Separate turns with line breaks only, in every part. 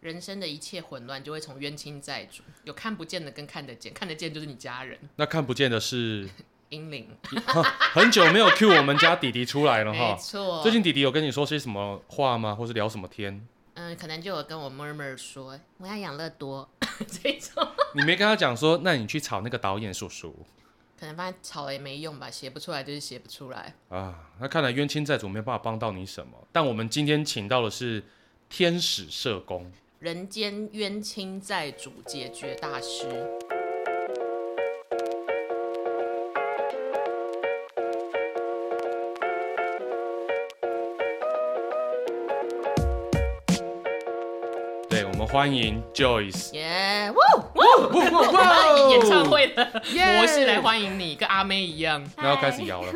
人生的一切混乱就会从冤亲债主，有看不见的跟看得见，看得见就是你家人，
那看不见的是，
英灵，
很久没有 cue 我们家弟弟出来了
没
哈。
错。
最近弟弟有跟你说些什么话吗？或是聊什么天？
嗯，可能就有跟我 murmur 说我要养乐多 这种，
你没跟他讲说，那你去吵那个导演叔叔
可能发现吵了也没用吧，写不出来就是写不出来。
啊？那看来冤亲债主没办法帮到你什么。但我们今天请到的是天使社工，
人间冤亲债主解决大师，
对我们欢迎 Joyce。
耶、哇哇！
哇哇哇 哦
以演唱会的 模式来
迎，
欢迎你，跟阿妹一样。
然后开始摇了，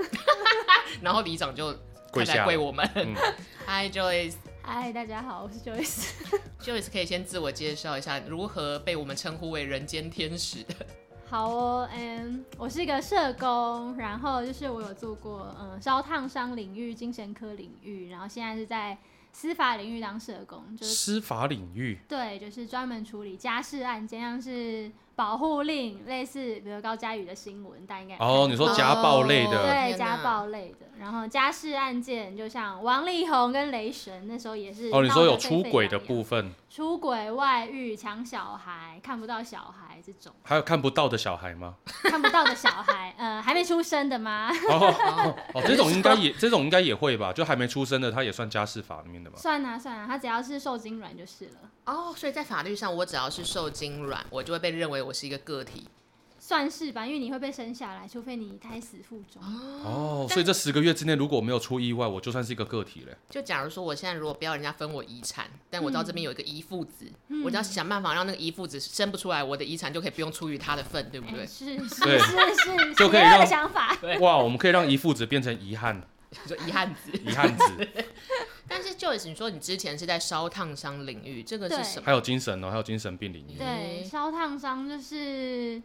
然后里长就
跪
太太
下
跪。我们。
嗯，
Hi Joyce。
嗨，大家好，我是 Joyce。
Joyce 可以先自我介绍一下，如何被我们称呼为人间天使 的？
好哦，嗯，我是一个社工，然后就是我有做过嗯烧烫伤领域、精神科领域，然后现在是在司法领域当社工，就是
司法领域
对，就是专门处理家事案件，像是保护令，类似比如高佳宇的新闻，大家应该有
哦，你
看过
说家暴类
哦
的，
对
天哪
家暴类的，然后家事案件，就像王力宏跟雷神那时候也是
哦，你说有
闹得沸沸
出轨的
扬扬
部分，
出轨、外遇、抢小孩、看不到小孩这种。
还有看不到的小孩吗？
看不到的小孩，呃，还没出生的吗？
哦哦，这种应该也这种应该也会吧？就还没出生的，他也算家事法里面的吧？
算啊算啊，他只要是受精卵就是了，
哦，所以在法律上，我只要是受精卵，我就会被认为我是一个个体。
算是吧，因为你会被生下来，除非你胎死腹中。
哦，所以这十个月之内如果没有出意外，我就算是一个个体嘞。
就假如说我现在如果不要人家分我遗产，但我知道这边有一个遗腹子，
嗯
我只要想办法让那个遗腹子生不出来，我的遗产就可以不用出于他的份，对不
哎
对？
是 是
对
是是，
就可以
邪恶
让
的想法。
对
哇，我们可以让遗父子变成遗憾
嗯
就遗憾 子。
遗憾子，
但是 Joyce，你说你之前是在烧烫伤领域，这个是
对
什么？
还有精神哦，还有精神病领域。
对，烧烫伤就是，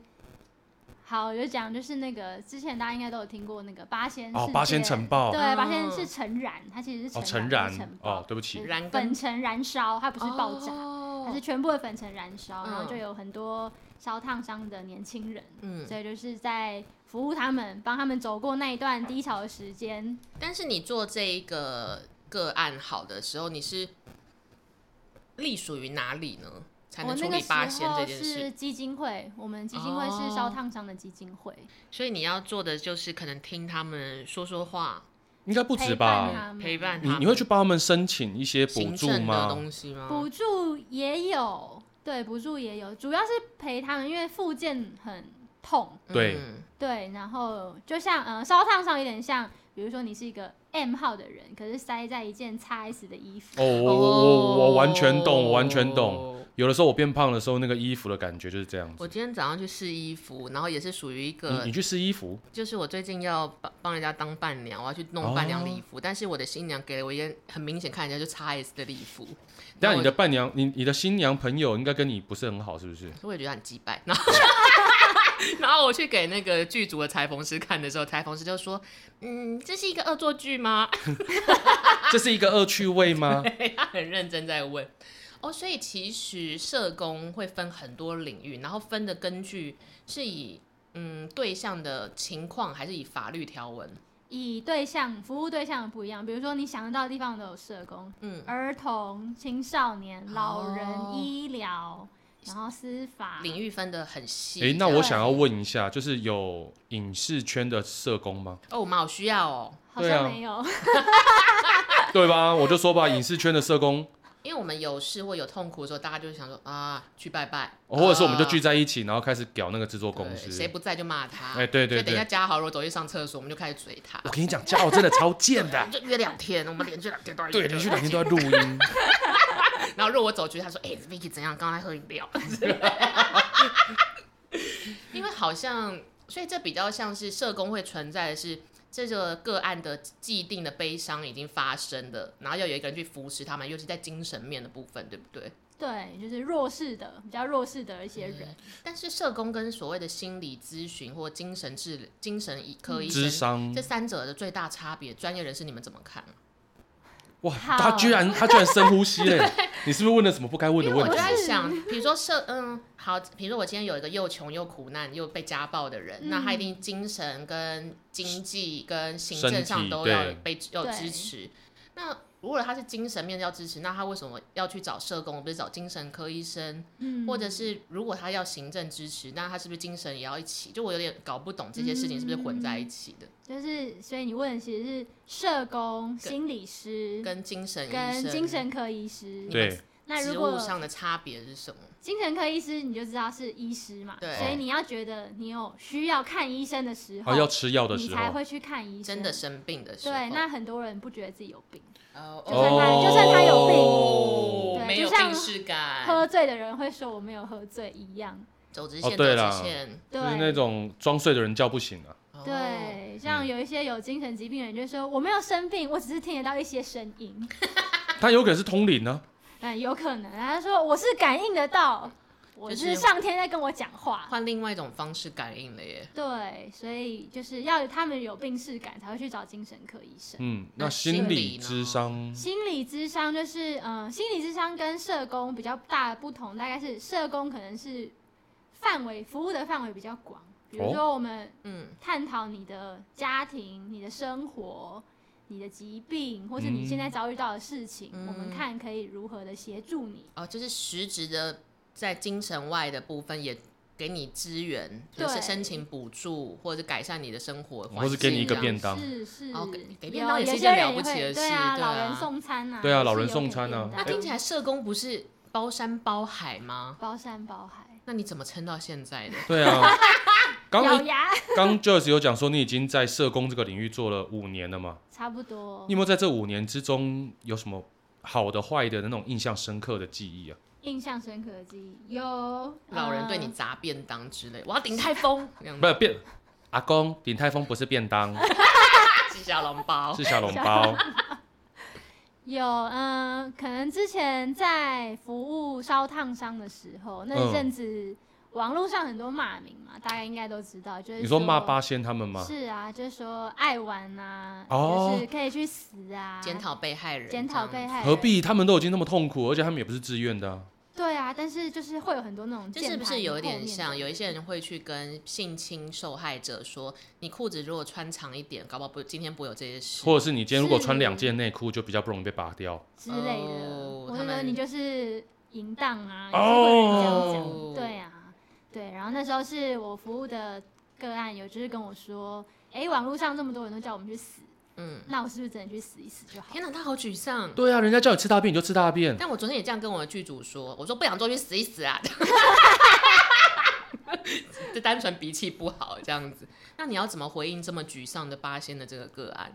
好有讲就是那个之前大家应该都有听过那个八仙
哦
事，
八仙
件
城爆
对，
哦
八仙是诚然，它其实是
哦，诚
诚然
然
不是城
哦
爆，，
对不起，
燃跟
粉尘燃烧，它不是爆炸。它是
哦、
全部的粉尘燃烧，
嗯
然后就有很多烧烫伤的年轻人，
嗯，
所以就是在服务他们，帮他们走过那一段低潮的时间。
但是你做这一个个案好的时候，你是隶属于哪里呢？才
我
能
那
处
个
理
时
八仙这
候
件事？哦
是基金会，我们基金会是烧烫伤的基金会，
所以你要做的就是可能听他们说说话，
应该不止
陪伴
吧？
他们，
陪伴他
你
们。
你会去帮他们申请一些补
行
助
政的
吗？
东西吗？
补助也有，对，补助也有，主要是陪他们，因为附件很痛，
对
嗯
对，然后就像呃烧烫伤有点像，比如说你是一个 M 号的人，可是塞在一件 x S 的衣服。
哦，
嗯
我我我我完全懂，
哦
我完全懂。。有的时候我变胖的时候，那个衣服的感觉就是这样
我
子。
今天早上去试衣服，然后也是属于一
你
个
你，去试衣服，
就是我最近要帮帮人家当伴娘，我要去弄伴
哦
娘礼服，但是我的新娘给了我一件很明显看起来就 x S 的礼服，那
但
我
你的伴娘，你你的新娘朋友应该跟你不是很好，是不是？
所以我也觉得很鸡掰。然后， 然后我去给那个剧组的裁缝师看的时候，裁缝师就说：“嗯，这是一个恶作剧吗？”
这是一个恶趣味吗？
他很认真在问。哦，所以其实社工会分很多领域，然后分的根据是以嗯对象的情况，还是以法律条文？
以对象服务对象的不一样，比如说你想得到的地方都有社工，
嗯，
儿童、青少年、老人、
哦
医疗，然后司法
领域分的很细。
诶，那
这样
我想要问一下，就是有影视圈的社工吗？
哦，我们好需要哦，
好
对啊
像没有，
对吧？我就说吧，影视圈的社工，
因为我们有事或有痛苦的时候，大家就会想说啊，去拜拜，
哦或者是我们就聚
啊
在一起，然后开始屌那个制作
对
公司。
谁不在就骂他。
哎对
所
对
以等一
对
下嘉豪如果走去上厕所，我们就开始追他
我。跟你讲，嘉豪真的超贱
我
的
们， 就约两天，我们连续两天 都要
对，
约
连续两天都在录音。
然后如果我走去，他说：“哎、v i c k y 怎样？刚刚才喝饮料。” 因为好像，所以这比较像是社工会存在的是这个个案的既定的悲伤已经发生的，然后要有一个人去扶持他们，尤其在精神面的部分，对不对？
对，就是弱势的比较弱势的一些人，
但是社工跟所谓的心理咨询或精神治精神医科医
智
生
商
这三者的最大差别，专业人士你们怎么看？
哇，
好
他居然他居然深呼吸嘞！你是不是问了什么不该问的
因为
问
我就
题？
在想，比如说社，嗯，好，比如说我今天有一个又穷又苦难又被家暴的
嗯
人，那他一定精神跟经济跟行政
身
上
体
都要
对
被要支
对
持。那如果他是精神面要支持，那他为什么要去找社工，而不是找精神科医生？
嗯
或者是如果他要行政支持，那他是不是精神也要一起？就我有点搞不懂这些事情是不是混在一起的，
就是，所以你问的其实是社工、心理师
跟精神医
嗯跟
生、
精神科医师。
对，
那
职
如
务
果
上的差别是什么？
精神科医师，你就知道是医师嘛，
对
所以你要觉得你有需要看医生的时候，
啊，要吃药的
你
时
才
候，
会去看医生。
真的生病的时候，
对，那很多人不觉得自己有病，
哦
就算他就算他有病
哦
对
没有
就像
病视感，
喝醉的人会说我没有喝醉一样。
走直线，
哦
走
对
直
啦
线，
对，
就是那种装睡的人叫不醒啊。
哦，
对，像有一些有精神疾病的人就说我没有生病，我只是听得到一些声音，
他有可能是通灵呢、
嗯，有可能。他说我是感应得到，我
就是
是上天在跟我讲话。
换另外一种方式感应了耶。
对，所以就是要有他们有病视感才会去找精神科医生。
嗯，
那
那心
心理
理
呢
智 商
心理咨商就是，嗯、心理咨商跟社工比较大的不同，大概是社工可能是范围服务的范围比较广，比如
哦
说我们
嗯，
探讨你的家庭、你的生活、你的疾病，或是你
嗯
现在遭遇到的事情，
嗯
我们看可以如何的协助你。
哦，就是实质的在精神外的部分也。给你资源，就是
对
申请补助，或者是改善你的生活环境，啊
或是给你一个便当
是是，
哦
有
给给便当
有
也是一
些
件
人
了不
也
起
会
的
对
事
啊，
对
老
啊
人送餐啊，
对啊
也是
老人
有
送
给
餐啊
便
那
当
听起来社工不是包山包海吗？
包山包海，
那你怎么撑到现在的？
对啊，刚
咬
一
牙
刚 Joyce 有讲说你已经在社工这个领域做了五年了嘛？
差不多
你。有没有在这五年之中有什么好的、坏的那种印象深刻的记忆啊？
印象深刻的记忆有
老人
呃
对你砸便当之类，我要顶泰丰，这样
不
子
是变阿公鼎泰丰不是便当，
吃小笼包。
是小笼包。
有，嗯、可能之前在服务烧烫伤的时候，那一
嗯
阵子、网络上很多骂名嘛，大家应该都知道，就是
你说骂八仙他们吗？
是啊，就是说爱玩呐、啊，
哦
就是可以去死啊，
检讨被害人，
检讨被害人，
何？必？他们都已经那么痛苦，而且他们也不是自愿的啊、
对啊，但是就是会有很多那种
这
键
样，
盘
这是不
后面的，
是有点像有一些人会去跟性侵受害者说，你裤子如果穿长一点，搞不好不今天不会有这些事。
或者是你今天如果穿
是
两件内裤，就比较不容易被拔掉。
之类
哦
的，我
他
就觉得
们
你就是淫荡啊，也是会有人这样讲。
哦
对啊，对。然后那时候是我服务的个案，有就是跟我说，哎、网络上这么多人都叫我们去死，
嗯，
那我是不是真的去死一死就好？
天哪，他好沮丧。
对啊，人家叫你吃大便你就吃大便，
但我昨天也这样跟我的剧组说，我说不想做去死一死啊， 这单纯脾气不好这样子。那你要怎么回应这么沮丧的八仙的这个个案？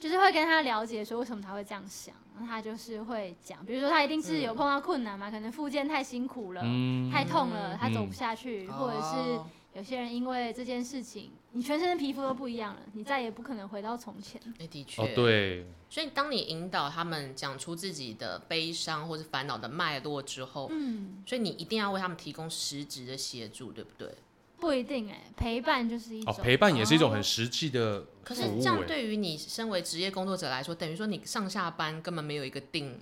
就是会跟他了解说为什么他会这样想，那他就是会讲，比如说他一定是有碰到困难嘛，可能复健太辛苦了。
嗯，
太痛了，他走不
嗯
下去，或者
哦
是有些人因为这件事情，你全身的皮肤都不一样了，你再也不可能回到从前。
哎、的确，
哦，对，
所以，当你引导他们讲出自己的悲伤或是烦恼的脉络之后，
嗯，
所以你一定要为他们提供实质的协助，对不对？
不一定哎、陪伴就是一
哦
种、，
陪伴也是一种
哦
很实际的
可是
服
这
务、
样
欸。
对于你身为职业工作者来说，等于说你上下班根本没有一个定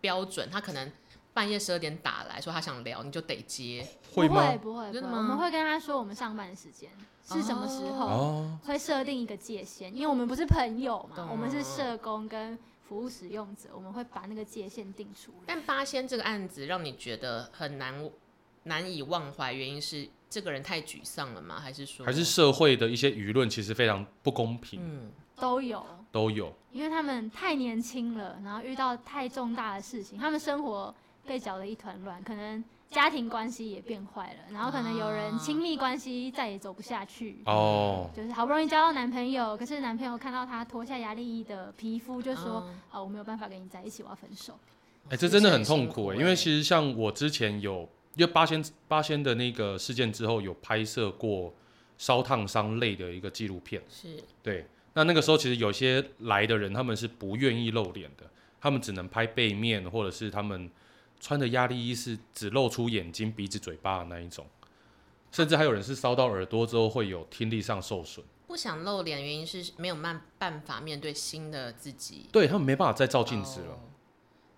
标准，他可能半夜十二点打来说他想聊，你就得接。
会
不会
吗？
不会，
真的
不会
吗
我们会跟他说我们上班的时间是什么时候，
哦，
会设定一个界限，因为我们不是朋友嘛
懂，
我们是社工跟服务使用者，我们会把那个界限定出来。
但八仙这个案子让你觉得很难难以忘怀，原因是这个人太沮丧了吗？还是说
还是社会的一些舆论其实非常不公平，
嗯，
都有，
都有。
因为他们太年轻了，然后遇到太重大的事情，他们生活被搅得一团乱，可能家庭关系也变坏了，然后可能有人
啊
亲密关系再也走不下去。
嗯
哦，
就是好不容易交到男朋友，可是男朋友看到她脱下压力衣的皮肤，就说：“
嗯
啊、我没有办法跟你在一起，我要分手。
哎、这真的很
是
痛苦哎、
很辛苦
因
欸
为其实像我之前有，因为八仙八仙的那个事件之后，有拍摄过烧烫伤类的一个纪录片。
是
对，那那个时候其实有些来的人，他们是不愿意露脸的，他们只能拍背面，或者是他们穿的压力衣是只露出眼睛、鼻子、嘴巴的那一种，甚至还有人是烧到耳朵之后会有听力上受损。
不想露脸，原因是没有办办法面对新的自己。
对他们没办法再照镜子了。
哦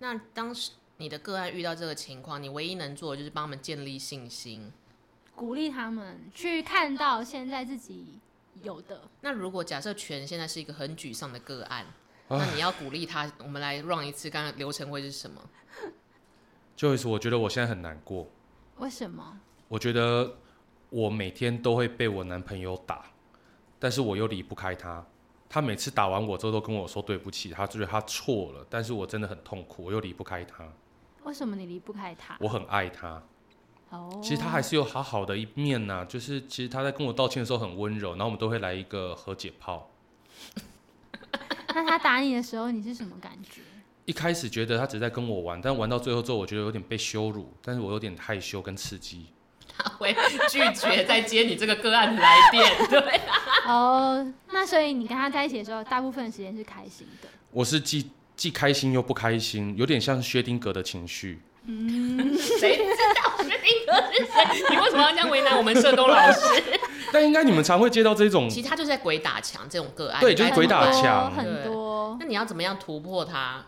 那当时你的个案遇到这个情况，你唯一能做的就是帮他们建立信心。
鼓励他们去看到现在自己有的。
那如果假设全现在是一个很沮丧的个案，那你要鼓励他，我们来 run 一次，刚刚流程会是什么？
Joyce，我觉得我现在很难过，
为什么？
我觉得我每天都会被我男朋友打，但是我又离不开他。他每次打完我之后都跟我说对不起，他觉得他错了，但是我真的很痛苦，我又离不开他，
为什么你离不开他？
我很爱他。
哦，
其实他还是有好好的一面呐、就是其实他在跟我道歉的时候很温柔，然后我们都会来一个和解炮。
那他打你的时候，你是什么感觉？
一开始觉得他只是在跟我玩，但玩到最后之后，我觉得有点被羞辱，但是我有点害羞跟刺激。
他会拒绝再接你这个个案的来电，对，
哦，那所以你跟他在一起的时候，大部分时间是开心的。
我是既既开心又不开心，有点像薛定谔的情绪。
谁知道薛定谔是谁？你为什么要这样为难我们社工老
嗯
师？
但应该你们常会接到这种，
其实他就是在鬼打墙这种个案，
对就是
该
鬼
怎么
打
办
墙
很多。很
对
多
那你要怎么样突破它？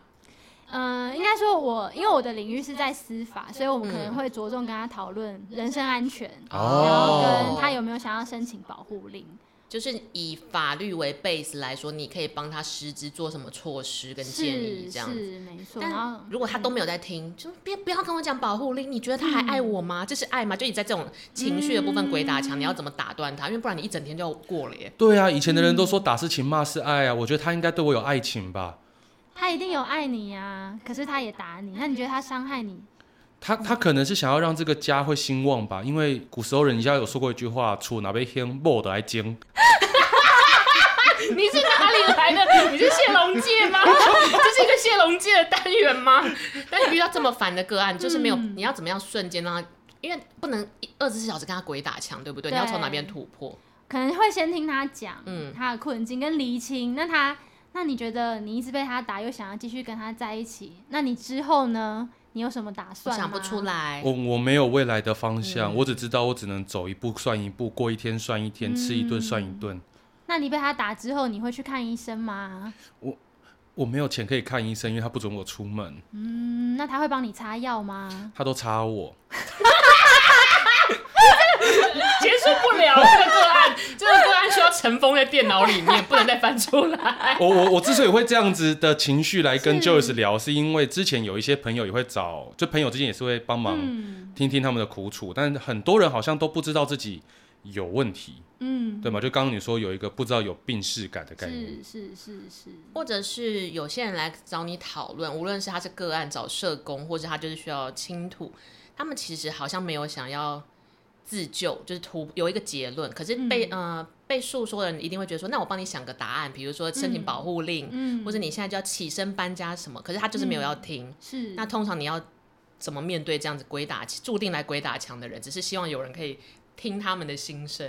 嗯，应该说我，因为我的领域是在司法，所以我们
嗯
可能会着重跟他讨论人身安全，
哦
然后跟他有没有想要申请保护令。
就是以法律为 base 来说，你可以帮他实质做什么措施跟建议
是
这样。
是没错。然
但
后
如果他都没有在听，就别不要跟我讲保护令，你觉得他还爱我吗？这是爱吗？就你在这种情绪的部分鬼打墙，你要怎么打断他？因为不然你一整天就要过了耶。
对啊，以前的人都说打是情，骂是爱啊，我觉得他应该对我有爱情吧。
他一定有爱你呀、可是他也打你，那你觉得他伤害你？
他他可能是想要让这个家会兴旺吧，因为古时候人家有说过一句话：“处哪被天莫的来煎。
你是哪里来的？你是谢龙介吗？ 这是一个谢龙介的单元吗？ 嗯但你遇到这么烦的个案，就是没有，你要怎么样瞬间让他？因为不能二十四小时跟他鬼打墙，对不对？你要从哪边突破？
可能会先听他讲，
嗯
他的困境跟厘清。那他，那你觉得你一直被他打，又想要继续跟他在一起，那你之后呢？你有什么打
我
算？
想不出。来。
我哦我没有未来的方向，
嗯
我只知道我只能走一步算一步，过一天算一天，吃一顿算一顿。
那你被他打之后，你会去看医生吗？
我没有钱可以看医生，因为他不准我出门，
嗯，那他会帮你擦药吗？
他都插我。
结束不了这个个案， 这个个案需要尘封在电脑里面，不能再翻出来。
我我我之所以会这样子的情绪来跟
是
Joyce 聊，是因为之前有一些朋友也会找，就朋友之间也是会帮忙
嗯
听听他们的苦楚，但很多人好像都不知道自己有问题，
嗯，
对吗？就刚刚你说有一个不知道有病逝感的概念，
是是是是，
或者是有些人来找你讨论，无论是他是个案找社工，或者他就是需要倾吐，他们其实好像没有想要自救，就是突有一个结论，可是被、呃被诉说的人一定会觉得说，那我帮你想个答案，比如说申请保护令，
嗯，
或者你现在就要起身搬家什么，可是他就是没有要听。
是
那通常你要怎么面对这样子鬼打注定来鬼打墙的人？只是希望有人可以听他们的心声。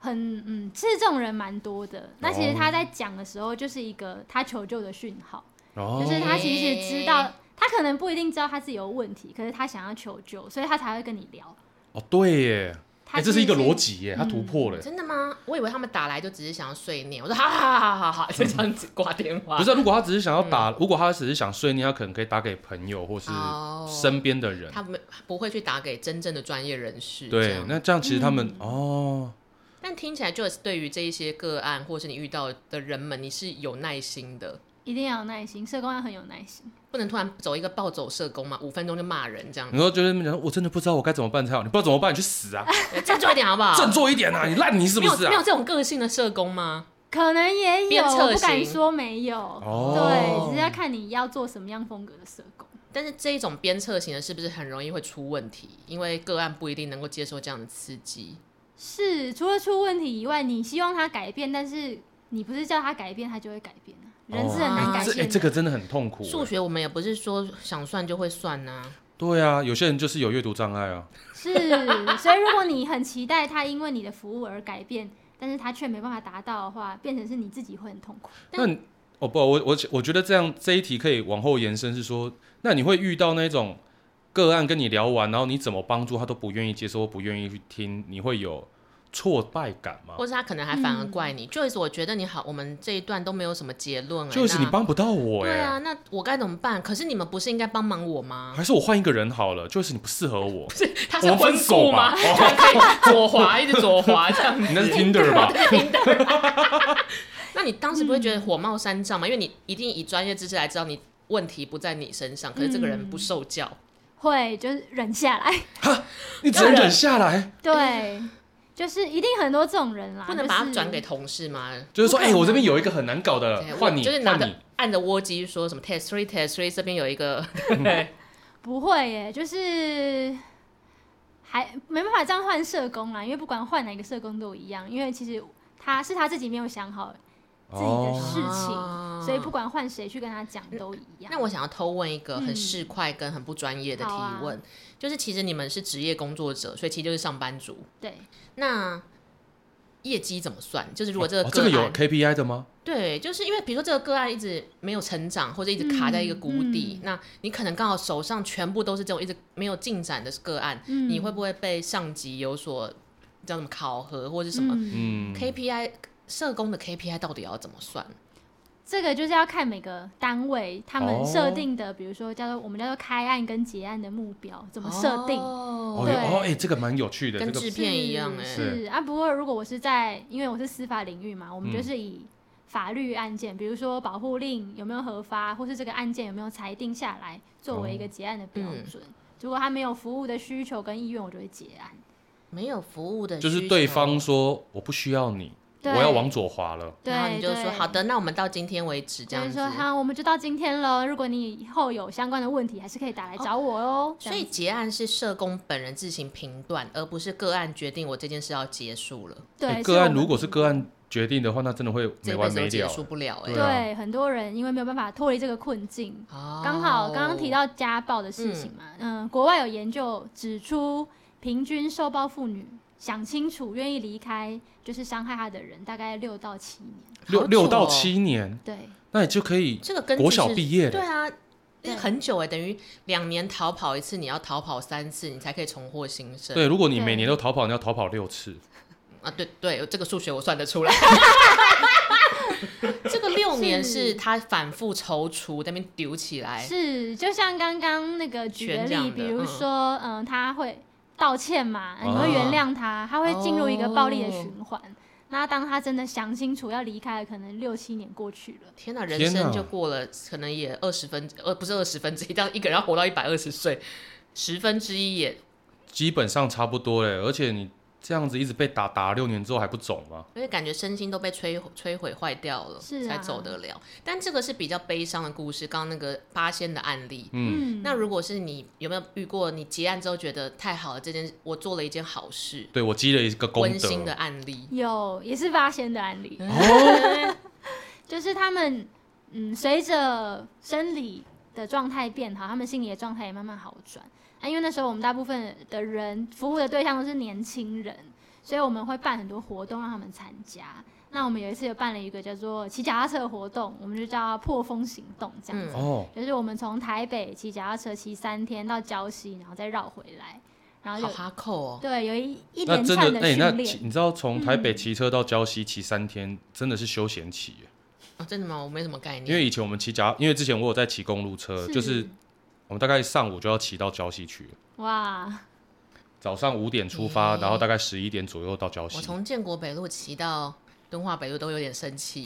很嗯，其实这种人蛮多的。
哦
那其实他在讲的时候，就是一个他求救的讯号，
哦
就是他其实知道，他可能不一定知道他自己有问题，可是他想要求救，所以他才会跟你聊。
哦对耶，
他
哎，这
其
是
实
一个逻辑耶，他突破了耶。
真的吗？我以为他们打来就只是想要碎念。我说好好好好好，就这样子挂电话。
不是啊，如果他只是想要
嗯
打，如果他只是想睡念，他可能可以打给朋友或是
哦
身边的人。
他们不会去打给真正的专业人士。这
对
样，嗯
那这样其实他们、哦，
但听起来就是对于这一些个案，或是你遇到的人们，你是有耐心的，
一定要有耐心，社工要很有耐心。
不能突然走一个暴走社工嘛，五分钟就骂人这样。
你说就是讲说，我真的不知道我该怎么办才好，你不知道怎么办，你去死啊，
振作一点好 不好？
振作一点啊，你烂泥是
没
不
有
是
没有
啊？
这种个性的社工吗？
可能也有，
鞭策
我不敢
型
说没有。
哦
对，只是要看你要做什么样风格的社工。
但是这一种鞭策型的，是不是很容易会出问题？因为个案不一定能够接受这样的刺激。
是，除了出问题以外，你希望他改变，但是你不是叫他改变，他就会改变啊。人是很难
哦
改
这、
变
哎
的。
这个真的很痛苦。哎
数学我们也不是说想算就会算呐、
对啊，有些人就是有阅读障碍啊。
是，所以如果你很期待他因为你的服务而改变，但是他却没办法达到的话，变成是你自己会很痛苦。
那你哦不，我我我觉得这样这一题可以往后延伸，是说，那你会遇到那种个案跟你聊完，然后你怎么帮助他都不愿意接受，或不愿意去听，你会有挫败感吗？
或是他可能还反而怪你。Joyce，我觉得你好，我们这一段都没有什么结论、哎，
嗯就是你
那
帮不到我
对
哎、
啊，那我该怎么办？可是你们不是应该帮忙我吗？
还是我换一个人好了，就是你不适合我。
他
是我们分手
故 吗？
吧哦
突然可以左滑，一直左 滑这样
你
子。
那是 Tinder 吧？
那你当时不会觉得火冒三丈吗？因为你一定以专业知识来知道你问题不在你身上，可是这个人不受教，
会就是忍下来，
你只能忍下来，
对，啊就是一定很多这种人啦，
不能把
嗯啊就
他
是
转给同事吗？
就是说，
不可
哎、
能
我这边有一个很难搞的
对，
呃换你，
就是拿
换
着
你。
按着窝机说什么 test three test three，这边有一个，
不会耶，就是还没办法这样换社工啊啦，因为不管换哪个社工都一样，因为其实他是他自己没有想好，自己的 事
哦
情
啊
所以不管换谁去跟他讲都一样。
那我想要偷问一个很
嗯
市侩跟很不专业的提
好啊
问，就是其实你们是职业工作者，所以其实就是上班族。
对
那业绩怎么算？就是如果这个
哦
个案、
这个有 KPI 的吗？
对，就是因为比如说这个个案一直没有成长，或者一直卡在一个谷
嗯
底，那你可能刚好手上全部都是这种一直没有进展的个案，
嗯
你会不会被上级有所叫什么考核或者什么、
嗯，
嗯
KPI？社工的 KPI 到底要怎么算？
这个就是要看每个单位他们
哦
设定的，比如说叫做我们叫做开案跟结案的目标怎么设定。
哦
哦有
对
哦，哎、这个蛮有趣的，
跟
这个
制片一样哎、
是啊，不过如果我是在，因为我是司法领域嘛，我
嗯
们就是以法律案件，比如说保护令有没有核发，或是这个案件有没有裁定下来，作
哦
为一个结案的标
嗯
准。如果他没有服务的需求跟意愿，我就会结案。
没有服务的需
就
求，
是对方说我不需要你，我
对
要往左滑了。
对，
然后你就
对
说好，的，那我们到今天为止这
所
样
以
子。
说好，我们就到今天了。如果你以后有相关的问题，还是可以打来找我哦。这
所
样
以结案是社工本人自行评断，而不是个案决定我这件事要结束了，
哎
对
个
我
案
们
如果是个案决定的话，那真的会没
这辈
完
子都
没
结
了。
束不了哎、
对啊
对很多人因为没有办法脱离这个困境，
哦
刚好刚刚提，到家暴的事情嘛，嗯，国外有研究指出，平均受暴妇女想清楚、愿意离开就是伤害她的人，大概六到七年。
六
好久
六
哦
到七年，
对
那你就可以
这个跟
国小毕业
对
的，
啊，
对
很久哎、等于两年逃跑一次，你要逃跑三次，你才可以重获新生。
对，如果你
对
每年都逃跑，你要逃跑六次，
啊，对对，这个数学我算得出 来。这个六年是
是
他反复踌躇，在那边丢起来，
是就像刚刚那个举的
全这
例，
样的
比如说，嗯，她会道歉嘛，
哦
你会原谅她，她会进入一个暴力
哦
的循环。那当她真的想清楚要离开了，可能六七年过去了。
天哪，人
天哪
生就过了，可能也二十分，呃，不是二十分之一，这样一个人要活到一百二十岁，十分之一也，
基本上差不多嘞。而且你这样子一直被打，打了六年之后还不肿吗？
因为感觉身心都被摧摧毁坏掉了，
是
才
啊
走得了。但这个是比较悲伤的故事，刚刚那个八仙的案例。
嗯，
嗯，
那如果是你有没有遇过，你结案之后觉得太好了，这件我做了一件好事，
对我积了一个功
温馨的
德。
案例，
有也是八仙的案例。
哦，
就是他们，嗯，随着生理的状态变好，他们心理的状态也慢慢好转。啊，因为那时候我们大部分的人服务的对象都是年轻人，所以我们会办很多活动让他们参加。那我们有一次就办了一个叫做骑脚踏车的活动，我们就叫它破风行动这
嗯
样子。
哦，
就是我们从台北骑脚踏车骑三天到礁溪，然后再绕回来，然后
好
啊有
哈扣哦。
对有一一
那
连
真
串
哎、
训
那骑
练，
你知道从台北骑车到礁溪骑三天，真的是休闲骑耶，
啊，真的吗？我没什么概念，
因为以前我们骑脚，因为之前我有在骑公路车，就是我们大概上午就要骑到礁溪去了。
哇，
早上五点出发，
嗯
然后大概十一点左右到礁
我
溪。
从建国北路骑到敦化北路都有点生 气。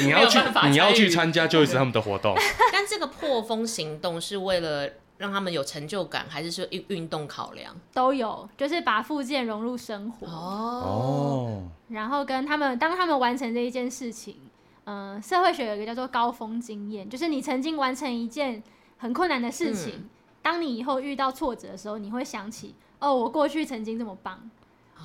你要去
没有办法参与
你要去参加就是他们的活动，
但这个破风行动是为了让他们有成就感，还是说运运动考量？
都有，就是把复健融入生活。
哦，
然后跟他们，当他们完成这一件事情，嗯、社会学有一个叫做高峰经验，就是你曾经完成一件很困难的事情，
嗯
当你以后遇到挫折的时候，你会想起，哦，我过去曾经这么棒，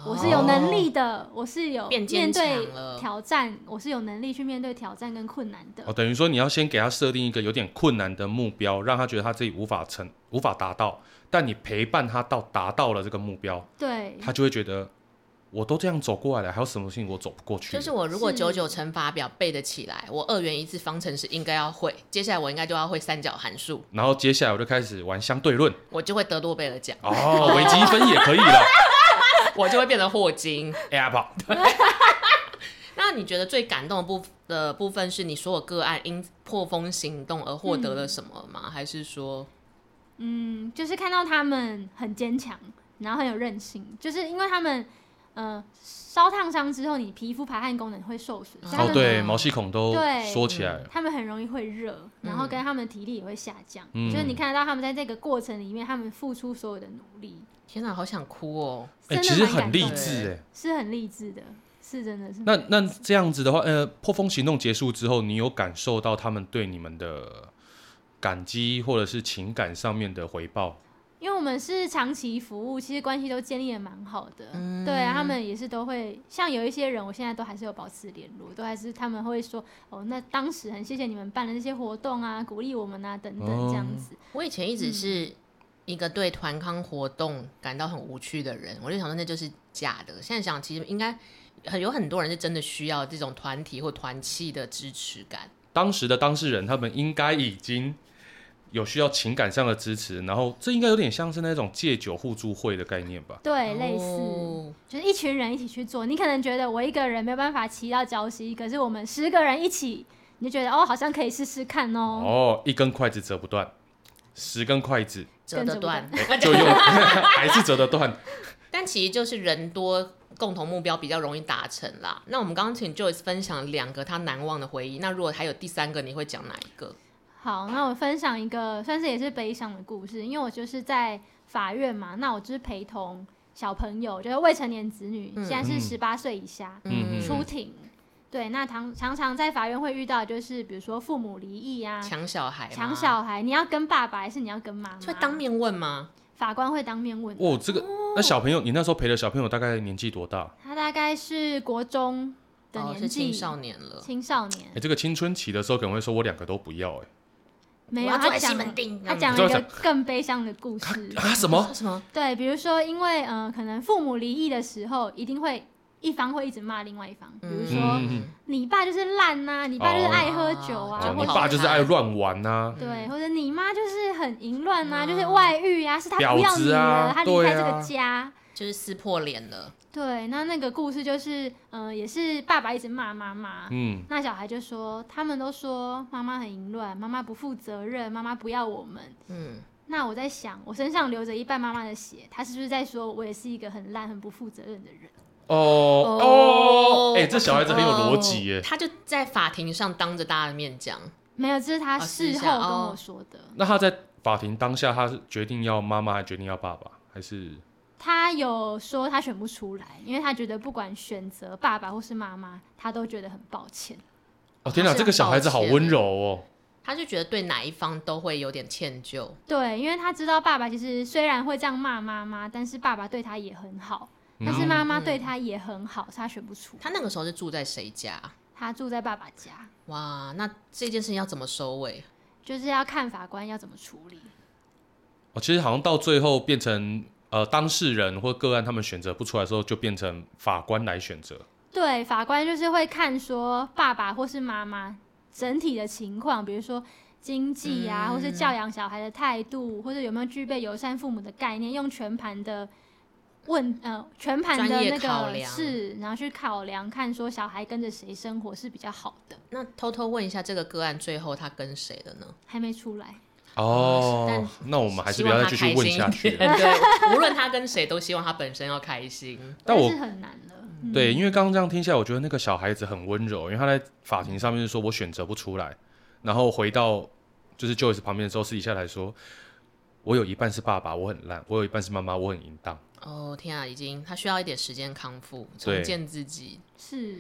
我是有
哦
能力的，我是有
哦变
面
坚强
对
了
挑战，我是有能力去面对挑战跟困难的。
哦，等于说你要先给他设定一个有点困难的目标，让他觉得他自己无法成无法达到，但你陪伴他到达到了这个目标，
对，
他就会觉得我都这样走过来了，还有什么事情我走不过去？
就是我如果
是
九九乘法表背得起来，我二元一次方程式应该要会，接下来我应该就要会三角函数，
然后接 下来我就开始玩相对论，
我就会得诺贝尔奖。
哦，微积分也可以了，哎
我就会变成霍金。
Apple，
那你觉得最感动的部的部分是你所有个案因破风行动而获得了什么吗？还是说，
嗯，就是看到他们很坚强，然后很有韧性，就是因为他们，呃，烧烫伤之后，你皮肤排汗功能会受损，所以他
哦
们
对，毛细孔都
对
缩起来了。
他们很容易会热，然后跟他们的体力也会下降，
嗯
就是你看得到他们在这个过程里面，他们付出所有的努力，
天哪，好想哭哦！
哎、
真的
其实
蛮感
很励
动的嗯
志哎、
是很励志的，是真的是。
那那这样子的话，呃，破风行动结束之后，你有感受到他们对你们的感激或者是情感上面的回报？
因为我们是长期服务，其实关系都建立的蛮好的。对啊，他们也是都会，像有一些人，我现在都还是有保持联络，都还是他们会说，哦，那当时很谢谢你们办的那些活动啊，鼓励我们啊，等等
哦
这样子。
我以前一直
嗯
是一个对团康活动感到很无趣的人，我就想说那就是假的。现在想，其实应该很有很多人是真的需要这种团体或团契的支持感。
当时的当事人他们应该已经有需要情感上的支持，然后这应该有点像是那种戒酒互助会的概念吧？
对，类似
哦
就是一群人一起去做。你可能觉得我一个人没有办法骑到礁溪，可是我们十个人一起，你就觉得哦，好像可以试试看哦。
哦，一根筷子折不断，十根筷子
折得断，
就用，还是折得断。
但其实就是人多，共同目标比较容易达成啦。那我们刚刚请 Joyce 分享两个他难忘的回忆，那如果还有第三个，你会讲哪一个？
好，那我分享一个算是也是悲伤的故事，因为我就是在法院嘛，那我就是陪同小朋友，就是未成年子女，
嗯
现在是
嗯
十八岁以下、
嗯
嗯
出庭。对，那常常常在法院会遇到，就是比如说父母离异啊，
抢小孩吗，
抢小孩，你要跟爸爸还是你要跟妈妈？
所以当面问吗？
法官会当面问。
哦，这个那小朋友，你那时候陪的小朋友大概年纪多大？
他大概是国中的
哦，
年
是
纪，
青少年了。
青少年
哎、这个青春期的时候可能会说，我两个都不要、哎。
没有
我要住
他
在西
讲了
门町，嗯
他讲
你
了
知
一
道
个更悲伤的故事
啊什么？
什么？
对，比如说，因为嗯、呃可能父母离异的时候，一定会一方会一直骂另外一方，比如说、
嗯
你爸就是烂呐、你爸就是爱喝酒啊，
哦
哦，
或
你
者
爸就是爱乱玩啊呐、
对，或者你妈就是很淫乱呐、
嗯
就是外遇啊，是他不要
婊
你
子
了，
啊
他离开
对
这
啊
个家。
就是撕破脸了，
对，那那个故事就是，嗯、也是爸爸一直骂妈妈，
嗯，
那小孩就说，他们都说妈妈很淫乱，妈妈不负责任，妈妈不要我们。
嗯，
那我在想，我身上流着一半妈妈的血，他是不是在说我也是一个很烂、很不负责任的人？
哦哦，哎、这小孩子很有逻辑
哦
耶。
他就在法庭上当着大家的面讲，
没有，这是他
哦私
事
下
后跟
哦
我说的。
那他在法庭当下，他是决定要妈妈，还决定要爸爸，还是
他有说他选不出来，因为他觉得不管选择爸爸或是妈妈，他都觉得很抱歉。
哦天哪，
他是
这个小孩子好
很抱歉
温柔哦。
他就觉得对哪一方都会有点歉疚，
对，因为他知道爸爸其实虽然会这样骂妈妈，但是爸爸对他也很好，但是妈妈对他也很好，所以他选不出。
他嗯那个时候是住在谁家？
他住在爸爸家，
哇，那这件事情要怎么收尾？
就是要看法官要怎么处理。
哦，其实好像到最后变成呃当事人或个案他们选择不出来的时候，就变成法官来选择。
对，法官就是会看说爸爸或是妈妈整体的情况，比如说经济啊，或是
嗯
教养小孩的态度，或者有没有具备友善父母的概念，用全盘的问呃全盘的
专业
那
考
个
量
事，然后去考量看说小孩跟着谁生活是比较好的，
那偷偷问一下，这个个案最后他跟谁了呢？
还没出来。
哦
但，
那我们还是
希
不
望
要
他
再继续问下去
开心一
了。
点对，无论他跟谁，都希望他本身要开心。
但我
是很难了。嗯
对，因为刚刚这样听下来，我觉得那个小孩子很温柔，因为他在法庭上面是说我选择不出来，然后回到就是 Joyce 旁边的时候，私底下来说，我有一半是爸爸，我很烂；我有一半是妈妈，我很淫荡。
哦，天啊，已经他需要一点时间康复，
对
重建自己。
是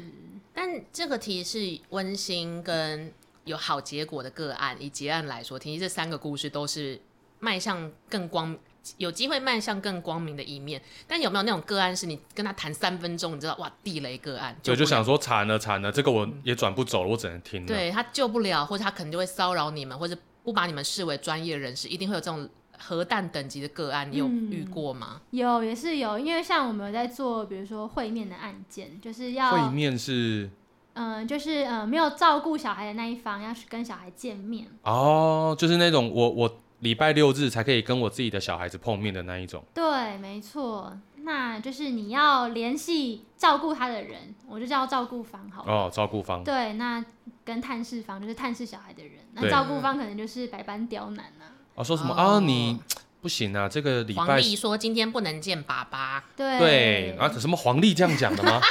但这个题是温馨跟有好结果的个案，以结案来说，其实这三个故事都是迈向更光，有机会迈向更光明的一面。但有没有那种个案是你跟他谈三分钟，你知道哇，地雷个案，
所以
救
就
不了
想说惨了惨了，这个我也转不走了，我只能听了。
对他救不了，或者他可能就会骚扰你们，或者不把你们视为专业人士，一定会有这种核弹等级的个案，你有
嗯
遇过吗？
有也是有，因为像我们有在做，比如说会面的案件，就是要
会面是
嗯，就是嗯，没有照顾小孩的那一方要去跟小孩见面，
哦，就是那种我我礼拜六日才可以跟我自己的小孩子碰面的那一种。
对，没错。那就是你要联系照顾他的人，我就叫照顾方好了。
哦，照顾方
对，那跟探视方就是探视小孩的人，那
对
照顾方可能就是百般刁难啊。
哦，说什么
哦
啊？你不行啊，这个礼
黄
拜
历说今天不能见爸爸，
对
对，啊，什么黄历这样讲的吗？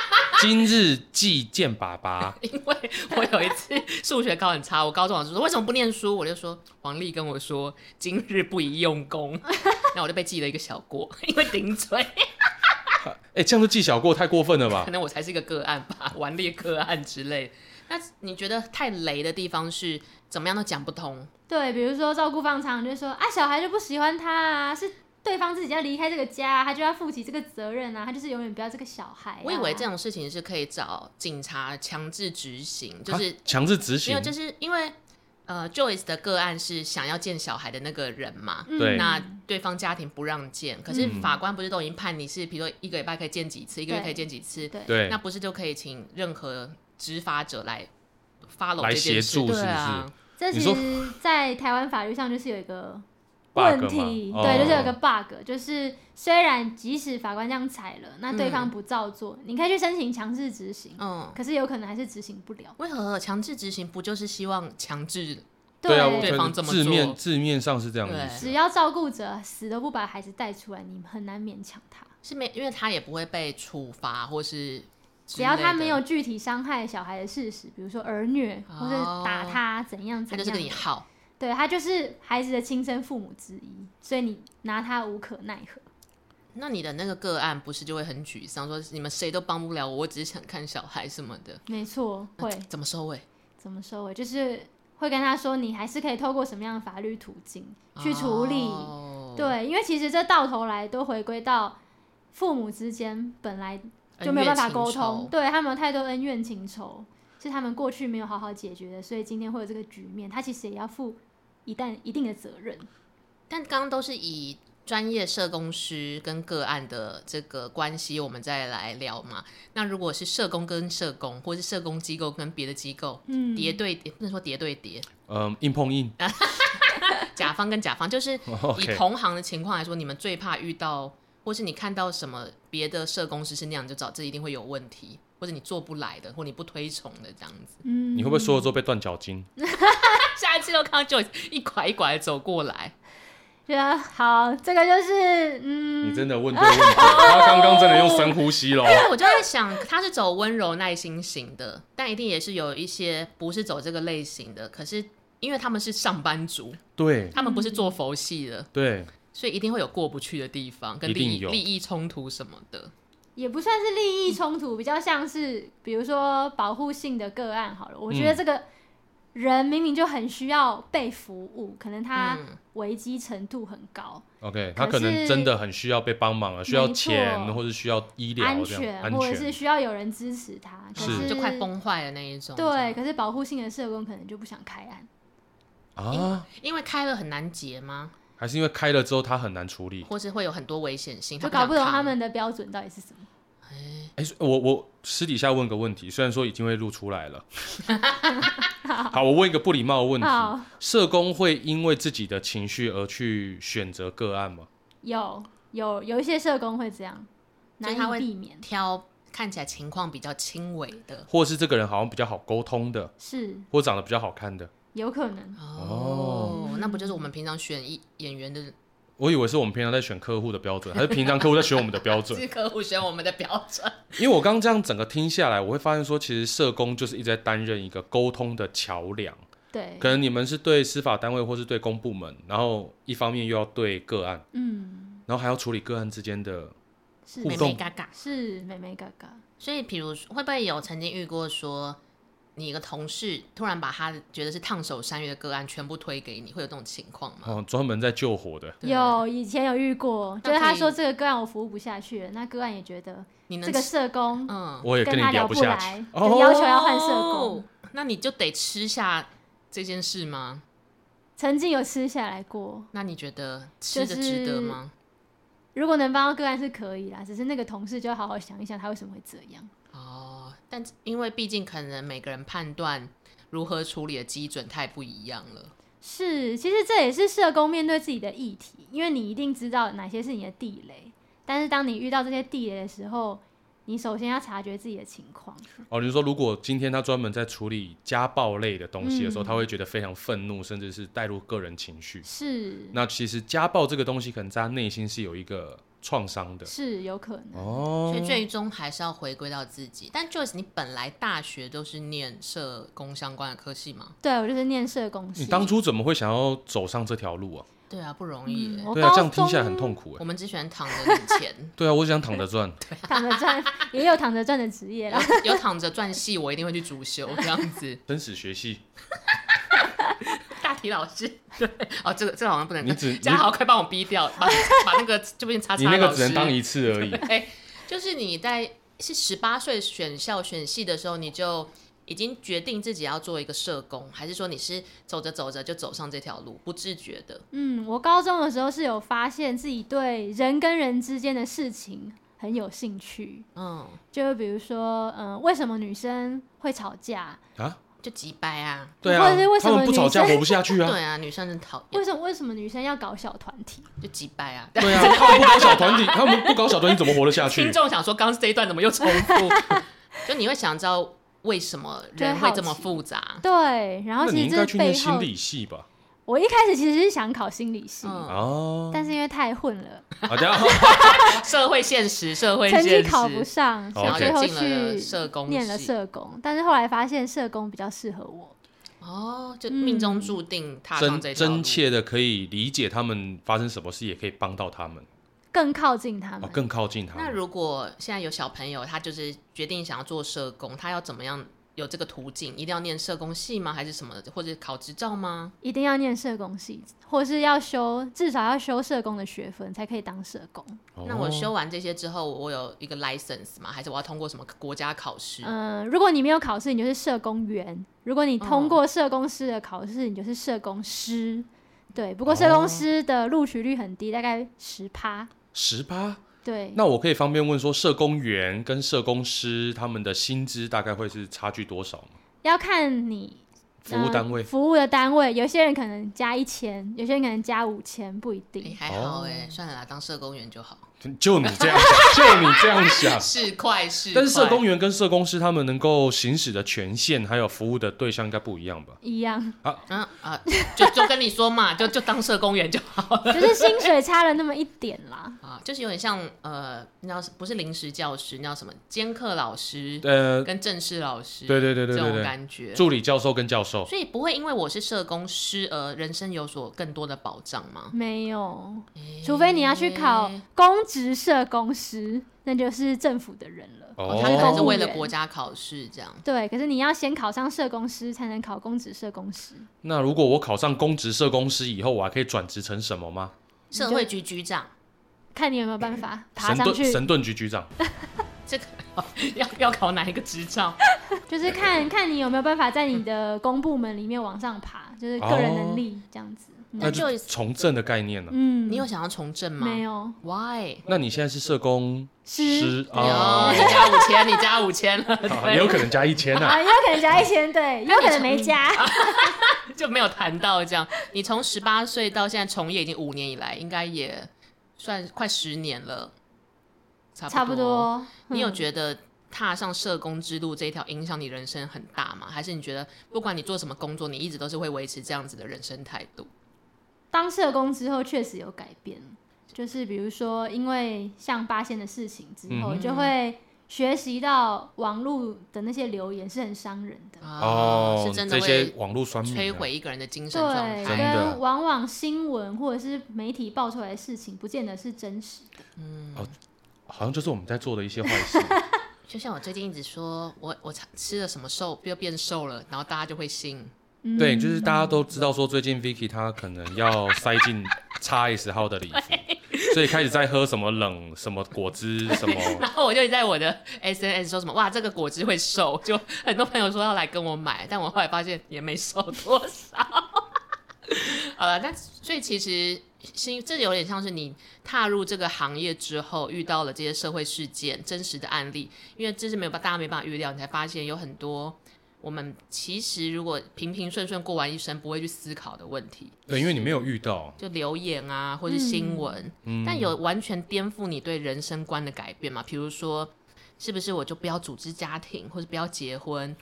今日既见爸爸，
因为 我有一次数学考很差，我高中老师说为什么不念书，我就说黄历跟我说今日不宜用 功，然后我就被记了一个小过， 因为顶嘴，
啊哎，这样就记小过太过分了吧
可？能我才是一个个案吧，顽劣个案之类的。那你觉得太雷的地方是怎么样都讲不通？
对，比如说照顾方常常就说啊，小孩就不喜欢他啊，是对方自己要离开这个家啊，他就要负起这个责任啊，他就是永远不要这个小孩啊、
哎
我以为这种事情是可以找警察强制执行，就
啊
是
强制执
没
行
有，，就是因为呃，Joyce 的个案是想要见小孩的那个人嘛，
嗯
对嗯
那对方家庭不让见，可是法官不是都已经判你是，比如说一个礼拜可以见几次，一个月可以见几次，
对
对
那，不是就可以请任何执法者来 follow
来
这件
协
事，
助
对
是不
啊，
这其
你说
实，在台湾法律上就是有一个
bug
问题，
吗
对，
哦
就是有一个 bug，就是虽然即使法官这样裁了，那对方不照做，你可以去申请强制执行，
嗯，
可是有可能还是执行不了。
为何强制执行不就是希望强制？
对啊，我
对
觉
方
得
这么
字面
做
字面上是这样的意
只
思。
要照顾者死都不把孩子带出来，你很难勉强他。
是没，因为他也不会被处罚，或是之
只要
类
他
的
没有，具体伤害小孩的事实，比如说儿虐
哦
或者打他怎样
他
怎
就是跟你
样，
好。
对他就是孩子的亲生父母之一，所以你拿他无可奈何。
那你的那个个案不是就会很沮丧，说你们谁都帮不了我，我只是想看小孩什么的，
没错，会
怎么收尾？
怎么收尾？就是会跟他说，你还是可以透过什么样的法律途径去处理。
哦，
对，因为其实这到头来都回归到父母之间本来
恩
就没有办法
怨情
沟通，
仇。
对他们有太多恩怨情仇，是他们过去没有好好解决的，所以今天会有这个局面。他其实也要负一旦一定的责任。
但刚刚都是以专业社工师跟个案的这个关系，我们再来聊嘛。那如果是社工跟社工，或是社工机构跟别的机构。
嗯，
叠对叠，不能说叠对叠，
嗯，硬碰硬。
甲方跟甲方，就是以
OK，
同行的情况来说，你们最怕遇到，或是你看到什么别的社工师是那样，你就找这一定会有问题，或者你做不来的，或你不推崇的这样子。
嗯，
你会不会说了之后被断脚筋？
下一次又看到 Joyce 一拐一拐的走过来，
觉得啊好？这个就是
你
嗯，
真的问对问题了，他刚刚真的用深呼吸 了
因。为我就在想，他是走温柔耐心型的，但一定也是有一些不是走这个类型的。可是因为他们是上班族，
对
他们不是做佛系的，
对，
所以一定会有过不去的地方，跟
嗯一定
利益
有
利益冲突什么的。
也不算是利益冲突，比较像是比如说保护性的个案好了。我觉得
嗯
这个人明明就很需要被服务，可能他
嗯
危机程度很高，
OK，
可
他可能
是
真的很需要被帮忙了，需要
没错
钱或者需要医疗
安
这样
全
安
或者是
全。
需要有人支持他，可
是
是
就快崩坏的那一种。这
对，
样，
可是保护性的社工可能就不想开案，
啊，
因为开了很难结吗？
还是因为开了之后他很难处理。
或是会有很多危险性，
就
他
搞
不
不
想
懂他
扛。
们的标准到底是什么。
哎、所以我我私底下问个问题，虽然说已经会录出来 了。好，我问一个不礼貌的问题：
好，
社工会因为自己的情绪而去选择个案吗？
有有有一些社工会这样，
所
难
以他
以
会
避免。
挑看起来情况比较轻微的
或者是这个人好像比较好沟通的，
是
或长得比较好看的？
有可能，
哦，那不就是我们平常选一演员的
我以为是我们平常在选客户的标准，还是平常客户在选我们的标 准？
是客户选我们的标准？
因为我刚刚这样整个听下来，我会发现说，其实社工就是一直在担任一个沟通的桥梁。
对，
可能你们是对司法单位或是对公部门，然后一方面又要对个案，
嗯，
然后还要处理个案之间的
是
互
美
动
美嘎嘎。
是美美嘎嘎，
所以，比如说会不会有曾经遇过说，你一个同事突然把他觉得是烫手山芋的个案全部推给你，会有这种情况吗？
哦，专门在救火的。
对
有以前有遇过，
那
就是
可
他
以
说这个个案我服务不下去了，那个案也觉得
你能
这个社工
嗯，
我也跟
哦跟
你
他
聊
不
下去
来，，就要
哦，
求要换社工
哦，那你就得吃下这件事吗？
曾经有吃下来过，
那你觉得吃的
就是
值得吗？
如果能帮到个案是可以啦，只是那个同事就要好好想一想，他为什么会这样。
哦，但因为毕竟可能每个人判断如何处理的基准太不一样了。
是，其实这也是社工面对自己的议题，因为你一定知道哪些是你的地雷，但是当你遇到这些地雷的时候，你首先要察觉自己的情况。
哦，你是说如果今天他专门在处理家暴类的东西的时候，
嗯
他会觉得非常愤怒，甚至是带入个人情绪。
是
那其实家暴这个东西，可能在他内心是有一个创伤的。
是有可能，
哦
所以最终还是要回归到自己。但 Joyce，你本来大学都是念社工相关的科系吗？
对我就是念社工系。
你当初怎么会想要走上这条路啊？
对啊，不容易耶、
嗯、我
对啊，
高
这样听起来很
中
痛苦哎。，
我们只喜欢躺着领钱
对啊，我只想躺着赚。
躺着赚，也有躺着赚的职业啦。
有有躺着赚戏，我一定会去主修这样 子。
生死学系，
大体老师，对，哦，这个这个好像不能
你只
嘉豪，快帮我逼掉，把把那个这边叉
你
叉
那
老师。
个只能当一次而已。
对，就是你在是十八岁选校选系的时候，你就已经决定自己要做一个社工，还是说你是走着走着就走上这条路，不自觉的？
嗯，我高中的时候是有发现自己对人跟人之间的事情很有兴趣，
嗯，
就比如说，嗯、为什么女生会吵架？
啊，
就急掰啊，
对
或者是
啊，
为什
他
么
们不吵架
女生
活不下去啊。
对啊，女生真讨厌，
为什么为什么女生要搞小团体？
就急掰啊。
对啊，他们不搞小团体，他们不搞小团体怎么活得 下去
听？众想说，刚刚这一段怎么又重 复？就你会想知道为什么人会这么复杂？
对，然后
那你
其
应
实
该
这
去
是
念
背
心
后，
理系吧？
我一开始其实是想考心理系，
嗯，
哦，啊
但是因为太混了，
好的，
嗯社会现实，社会
成
现
绩
实，
考不上，
哦
然后
最
就
后
进了
去
社工
念了
系
社工，但是后来发现社工比较适合我。
哦，就命中注定踏上这
真
条路。
真切的可以理解他们发生什么事，也可以帮到他们，
更靠近他
哦，
们，
更靠近他
那
们。
如果现在有小朋友，他就是决定想要做社工，他要怎么样有这个途径？一定要念社工系吗？还是什么的？或者考执照吗？
一定要念社工系，或是要修至少要修社工的学分才可以当社工。
哦
那我修完这些之后，我有一个 license 吗？还是我要通过什么国家考试？
嗯、如果你没有考试，你就是社工员；如果你
哦
通过社工师的考试，你就是社工师。对，不过社工师的录取率很低，大概十趴。
十八，
对，
那我可以方便问说，社工员跟社工师他们的薪资大概会是差距多少吗？
要看你
服务
呃
单位
服务的单位，有些人可能加一千，有些人可能加五千，不一
诶
定。
还好
哦
哎、算了啦，当社工员就好，
就你这样想，就你这样想。
是快是快。
但是社工员跟社工师他们能够行使的权限，还有服务的对象应该不一样吧？
一样，
嗯啊，就就跟你说嘛，就就当社工员就好了
就是薪水差了那么一点啦。
啊，就是有点像呃，你知道不是临时教师，你知道什么兼课老师
呃，
跟正式老师，
对对对对
这
对
种
对，
感觉。
助理教授跟教授，
所以不会因为我是社工师而人生有所更多的保障吗？
没有，除非你要去考
嗯
公职社工师，那就是政府的人了。
哦，他可能是
公务
为了
员
国家考试这样。
对，可是你要先考上社工师，才能考公职社工师。
那如果我考上公职社工师以后，我还可以转职成什么吗？
社会局局长，
看你有没有办法爬
神
上
盾
去，
神盾局局长，
这个要要考哪一个执 照？
就是看看你有没有办法在你的公部门里面往上爬，就是个人能力这样子。
那
那
就
就从政的概念了。
嗯，
你有想要从政吗？
没有？
Why？
那你现在是社工
师
师
有，
啊
你？加五千，你加五千了，
啊也有可能加一千啊。
啊，有可能加一千，对，有可能没加。
就没有谈到这样。你从十八岁到现在从业已经五年以来，应该也算快十年了，差
差不。多。
你有
嗯
觉得踏上社工之路这一条影响你人生很大吗？还是你觉得不管你做什么工作，你一直都是会维持这样子的人生态度？
当社工之后确实有改变，就是比如说，因为像八仙的事情之后，
嗯
就会学习到网络的那些留言是很伤人的，
哦，是真的
这些
会
网络酸民啊
摧毁一个人的精神状
对，
真
态。
的
跟往往新闻或者是媒体爆出来的事情，不见得是真实的。
好像就是我们在做的一些坏事。
就像我最近一直说，我我吃了什么瘦又变瘦了，然后大家就会信。
嗯、
对，就是大家都知道说，最近 Vicky 她可能要塞进 X S 号的礼服，所以开始在喝什么冷什么果汁什么。
然后我就在我的 SNS 说什么哇，这个果汁会瘦，就很多朋友说要来跟我买，但我后来发现也没瘦多少。好了，那所以其实新这有点像是你踏入这个行业之后遇到了这些社会事件、真实的案例，因为这是没有办大家没办法预料，你才发现有很多我们其实如果平平顺顺过完一生，不会去思考的问题，
对，因为你没有遇到，
就留言啊，或是新闻，
嗯，
但有完全颠覆你对人生观的改变嘛？比如说，是不是我就不要组织家庭，或者不要结婚，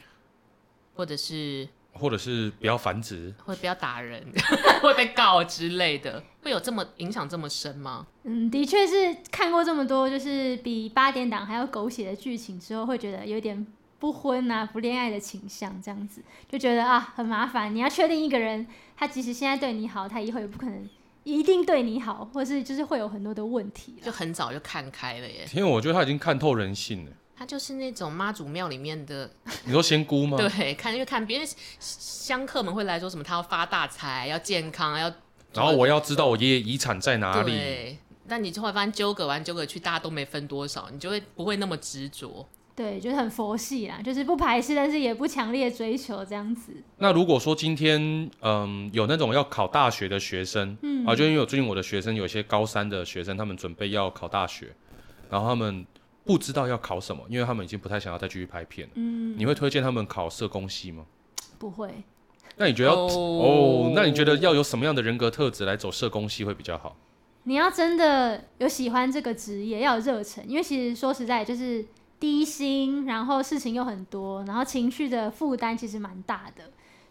或者是
或者是不要繁殖，
会不要打人， 会被告之类的，会有这么影响这么深吗？
嗯，的确是看过这么多，就是比八点档还要狗血的剧情之后，会觉得有点不婚啊、不恋爱的倾向，这样子就觉得啊很麻烦。你要确定一个人，他即使现在对你好，他以后也不可能一定对你好，或是就是会有很多的问题啦
就很早就看开了耶。
天啊，我觉得他已经看透人性了。
他就是那种妈祖庙里面的，
你说仙姑吗？
对，看因为看别人香客们会来说什么，他要发大财，要健康，要
然后我要知道我爷爷遗产在哪里。
对。但你就会发现纠葛完纠葛去，大家都没分多少，你就会不会那么执着。
对，就是很佛系啦，就是不排斥，但是也不强烈追求这样子。
那如果说今天，嗯，有那种要考大学的学生，嗯，啊，就因为我最近我的学生有一些高三的学生，他们准备要考大学，然后他们不知道要考什么，因为他们已经不太想要再继续拍片了。
嗯，
你会推荐他们考社工系吗？
不会，
那你觉得要
哦
哦，那你觉得要有什么样的人格特质来走社工系会比较好？
你要真的有喜欢这个职业，要有热忱，因为其实说实在就是低薪，然后事情又很多，然后情绪的负担其实蛮大的，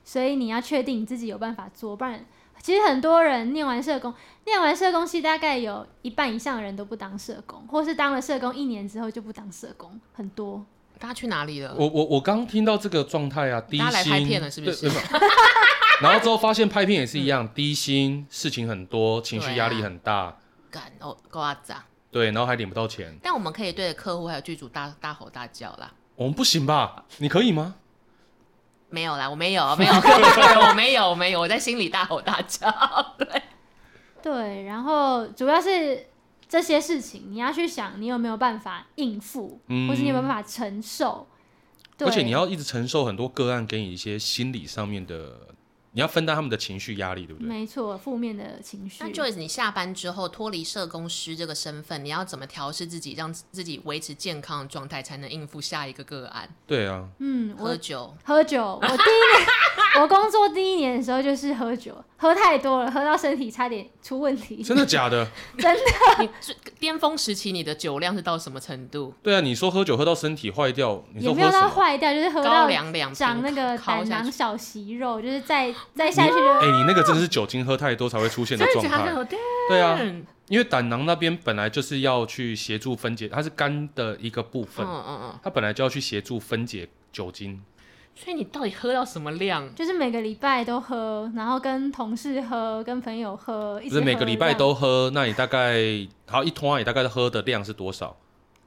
所以你要确定你自己有办法做，不然其实很多人念完社工，念完社工系大概有一半以上的人都不当社工，或是当了社工一年之后就不当社工，很多。
大家去哪里了？
我我我刚听到这个状态啊，低
大家来拍
薪
片了是不是嗯
对没有 然后之后发现拍片也是一样，低薪，事情很多，情绪压力很大，
干哦，瓜子啊！
对，然后还领不到钱。
但我们可以对着客户还有剧组大大吼大叫啦。
我们不行吧？你可以吗？
没有啦，我没有，没 有，我没有，我没有，我在心里大吼大叫。
对，然后主要是这些事情，你要去想你有没有办法应付，
嗯
或是你有没有办法承受。对
而且你要一直承受很多个案给你一些心理上面的，你要分担他们的情绪压力，对不对？
没错，负面的情 绪。
那 Joyce，你下班之后脱离社工师这个身份，你要怎么调试自己，让自己维持健康的状态，才能应付下一个个案？
对啊，
嗯，
喝
我
酒，
喝酒，我第一年我工作第一年的时候就是喝酒，喝太多了，喝到身体差点出问题。
真的假的？
你最 巅峰时期你的酒量是到什么程度？
对啊，你说喝酒喝到身体坏掉，你
也
说
没
喝
有
什
到
么？
坏掉，就是喝
高
到
粱两瓶
长那个
烤
胆
下
囊
去。
小息肉，就是再再下去就
哎、你那个真的是酒精喝太多才会出现的状态。
的？
对啊，
嗯
因为胆囊那边本来就是要去协助分解，它是肝的一个部分，
嗯嗯，
它本来就要去协助分解酒精。
所以你到底喝到什么量？
就是每个礼拜都喝，然后跟同事喝，跟朋友喝，一
就
直
是每个
喝
礼
这
拜
样
都喝，那你大概好一通啊，你大概喝的量是多少？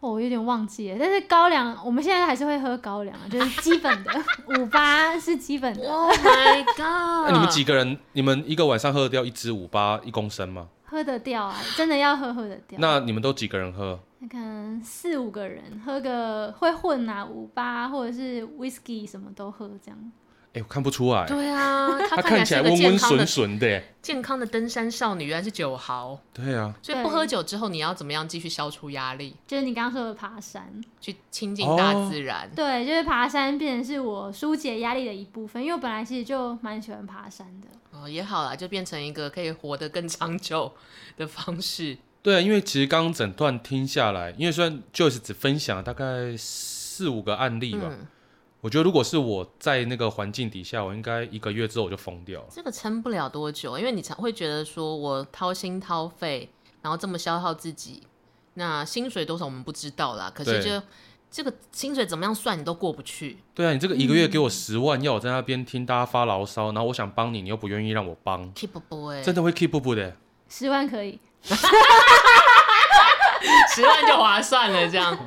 哦，我有点忘记了，但是高粱我们现在还是会喝高粱，啊就是基本的 五八是基本的，
Oh my
那、
god！
哎你们几个人，你们一个晚上喝得掉一支五八一公升吗？
喝得掉啊，真的要喝喝得掉。
那你们都几个人喝？
那可能四五个人喝个会混啊，五八或者是 whisky 什么都喝这样。
哎、我看不出来，
对啊，她
他看
起
起
来
来
是个健
温温
康的
损损的耶。
健康的登山少女，原来是酒豪。
对啊，
所以不喝酒之后，你要怎么样继续消除压力，
就是你刚刚说的爬山，
去亲近大自然？
对，就是爬山变成是我疏解压力的一部分，因为我本来其实就蛮喜欢爬山的。
哦，也好啦，就变成一个可以活得更长久的方 式。
对啊，因为其实刚刚整段听下来，因为虽然 Joyce 只分享了大概四五个案例吧，
嗯，
我觉得如果是我在那个环境底下，我应该一个月之后我就疯掉了。
这个撑不了多久，因为你常会觉得说我掏心掏肺，然后这么消耗自己，那薪水多少我们不知道啦，可是
对
就这个薪水怎么样算你都过不去，
对啊，你这个一个月给我十万，要我在那边听大家发牢骚，然后我想帮你，你又不愿意让我帮，
keep 不哎，
真的会 keep 不不的。
十万可以，
十万就划算了这样。哇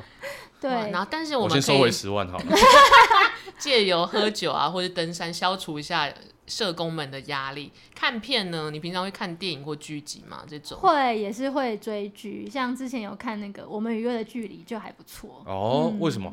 对
然，后但是
我
我
先
们可
收回
以
十万好了。
借由喝酒啊或者登山消除一下社工们的压力。看片呢，你平常会看电影或剧集吗？这种
会也是会追剧，像之前有看那个《我们与恶的距离》就还不错。
哦，为什么？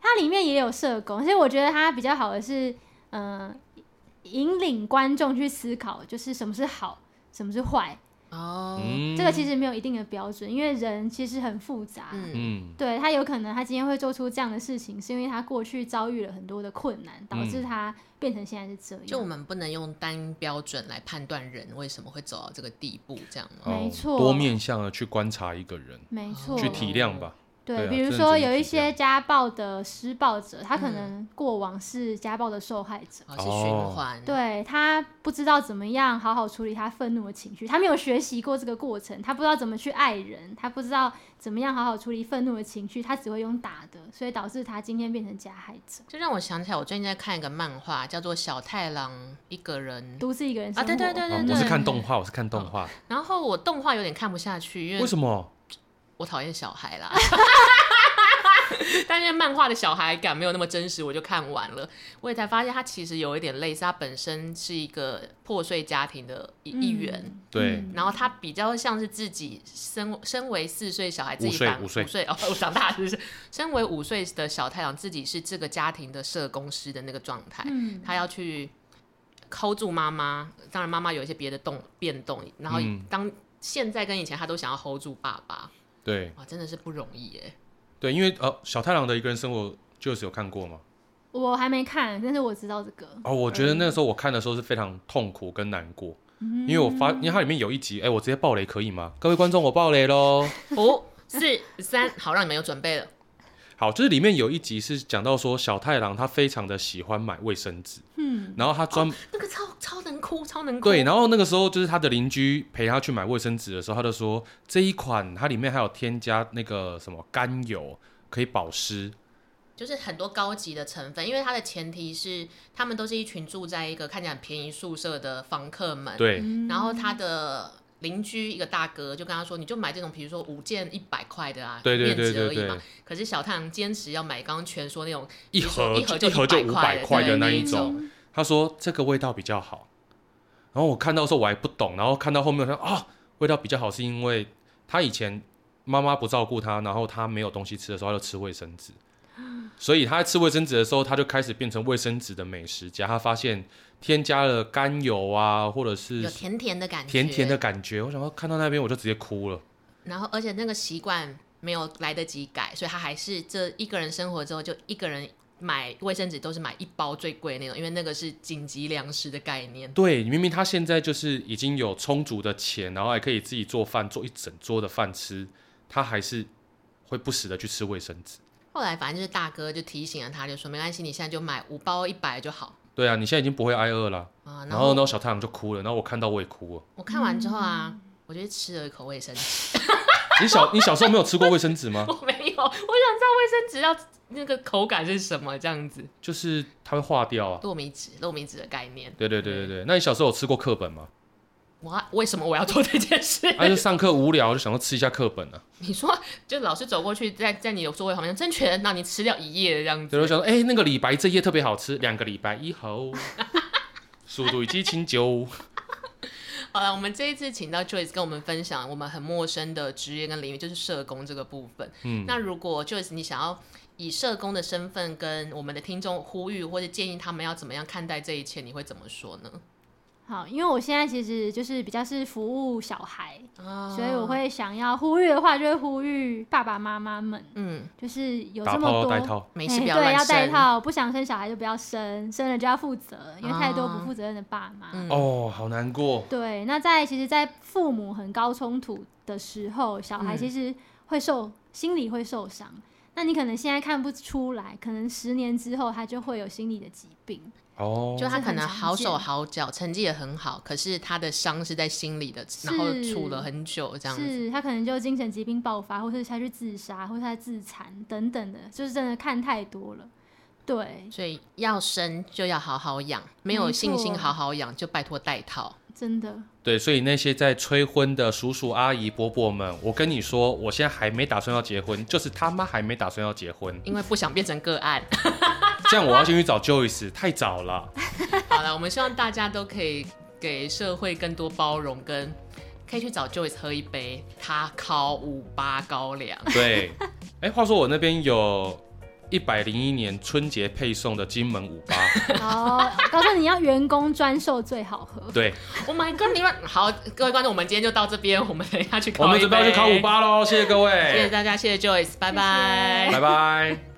它里面也有社工，所以我觉得它比较好的是，呃嗯、引领观众去思考，就是什么是好，什么是坏，
哦，
嗯，
这个其实没有一定的标准，因为人其实很复杂。
嗯
嗯
对他有可能他今天会做出这样的事情，是因为他过去遭遇了很多的困难，导
嗯
致他变成现在是这样。
就我们不能用单标准来判断人为什么会走到这个地步，这样吗？
没
哦
错
多面向的去观察一个人，
没错，
去哦体谅吧。
对，
对啊
比如
真的
说
真的
有一
是这样
些家暴的施暴者，他可
嗯
能过往是家暴的受害者，
哦，是循环，，
对他不知道怎么样好好处理他愤怒的情绪，他没有学习过这个过程，他不知道怎么去爱人，他不知道怎么样好好处理愤怒的情绪，他只会用打的，所以导致他今天变成加害者，
就让我想起来，我最近在看一个漫画，叫做《小太郎一个人》，
独自一个人
啊
生活。
对对对
哦
对
我是看动画，我是看动画，
然后我动画有点看不下去，因
为
为
什么？
我讨厌小孩啦。 但是漫画的小孩感没有那么真实，我就看完了。我也才发现，他其实有一点类似，他本身是一个破碎家庭的一一员，
嗯
对
嗯
然后他比较像是自己身身为四岁小孩，自
五
己
岁
反
五岁
哦， 我长大了是不是？身为五岁的小太阳，自己是这个家庭的社工师的那个状态，
嗯
他要去 hold 住妈妈，当然妈妈有一些别的动变动，然后
嗯
当现在跟以前他都想要 hold 住爸爸，
对
哇，真的是不容易耶。
对，因为呃，小太郎的一个人生活就是有看过嘛。
我还没看，但是我知道这个。
哦，我觉得那个时候我看的时候是非常痛苦跟难过，因为我发，因为它里面有一集，哎，我直接爆雷可以吗？各位观众，我爆雷喽。
五、四、三，好，让你们有准备了。
好，就是里面有一集是讲到说小太郎他非常的喜欢买卫生纸，
嗯，
然后他专、
那个超超能哭，超能哭。
对，然后那个时候就是他的邻居陪他去买卫生纸的时候，他就说这一款它里面还有添加那个什么甘油，可以保湿。
就是很多高级的成分，因为它的前提是他们都是一群住在一个看起来很便宜宿舍的房客们。
对，
嗯
然后他的邻居一个大哥就跟他说：“你就买这种，比如说五件一百块的啊，
对对对
面值而
对
已
对
嘛。”可是小太阳坚持要买刚刚全说那种
一
比如说
盒
一盒
就一盒就
500
500
块
块
的
的那
那
一种。他说这个味道比较好，然后我看到的时候我还不懂，然后看到后面我说啊，味道比较好是因为他以前妈妈不照顾他，然后他没有东西吃的时候他就吃卫生纸，所以他在吃卫生纸的时候他就开始变成卫生纸的美食家，他发现添加了甘油啊或者
有
是
甜甜的感觉，
甜甜的。感觉，我想要看到那边我就直接哭了。
然后而且那个习惯没有来得及改，所以他还是这一个人生活之后就一个人。买卫生纸都是买一包最贵那种，因为那个是紧急粮食的概念。
对，明明他现在就是已经有充足的钱，然后还可以自己做饭，做一整桌的饭吃，他还是会不时的去吃卫生纸。
后来反正就是大哥就提醒了他，就说没关系，你现在就买五包一百就好
对啊，你现在已经不会挨饿了。
啊。
嗯然后呢，嗯小太阳就哭了，然后我看到我也哭哦了。
我看完之后啊，我就去吃了一口卫生 纸。
你小你小时候没有吃过卫生纸吗？
我没有，我想知道卫生纸要那个口感是什么，这样子
就是它会化掉啊。
糯米纸、糯米纸的概念。
对对对对对，那你小时候有吃过课本吗？
我为什么我要做这件事？
啊，就上课无聊就想要吃一下课本啊。
你说，就老师走过去，在在你的座位旁边，真全让你吃掉一页这样
对，
子。
我想说，哎、那个李白这页特别好吃，两个礼拜以后， 速度与激情九。
好了，我们这一次请到 Joyce 跟我们分享我们很陌生的职业跟领域，就是社工这个部分。
嗯，
那如果 Joyce 你想要以社工的身份跟我们的听众呼吁或者建议他们要怎么样看待这一切，你会怎么说呢？
好，因为我现在其实就是比较是服务小孩，
啊
所以我会想要呼吁的话，就会呼吁爸爸妈妈们，
嗯，
就是有
打
这
炮
么
要戴
多。
套。
没事
哎
不要
对，
乱
要戴
生。
套，不想生小孩就不要生，生了就要负责，因为太多
啊
不负责任的爸妈。
嗯
哦，好难过。
对，那在其实，在父母很高冲突的时候，小孩
嗯
其实会受、心理会受伤。那你可能现在看不出来，可能十年之后他就会有心理的疾病。
哦，
就他
这
可
很
能
常
好手
见
好脚，成绩也很好，可是他的伤是在心里的，然后
是
处了很久这样子。
是他可能就精神疾病爆发，或是他去自杀，或是他自残等等的，就是真的看太多了。对，
所以要生就要好好养，没有
没
信心
错
好好养就拜托带套。
真的，
对，所以那些在催婚的叔叔阿姨伯伯们，我跟你说，我现在还没打算要结婚，就是他妈还没打算要结婚。
因为不想变成个 案。
这样我要先去找 Joyce，太早了。
好了，我们希望大家都可以给社会更多包容，跟可以去找 Joyce 喝一 杯，他烤五八高粱。
对，哎，话说我那边有一百零一年春节配送的金门五八，
哦，告诉你要员工专售最好喝。
对，
Oh my god！你们好，各位观众，我们今天就到这边，我们等一下去烤
我们
一
准备要去
杯
考五，八喽，谢谢各
谢谢
位，
大家，谢谢 Joyce，拜拜。
拜拜。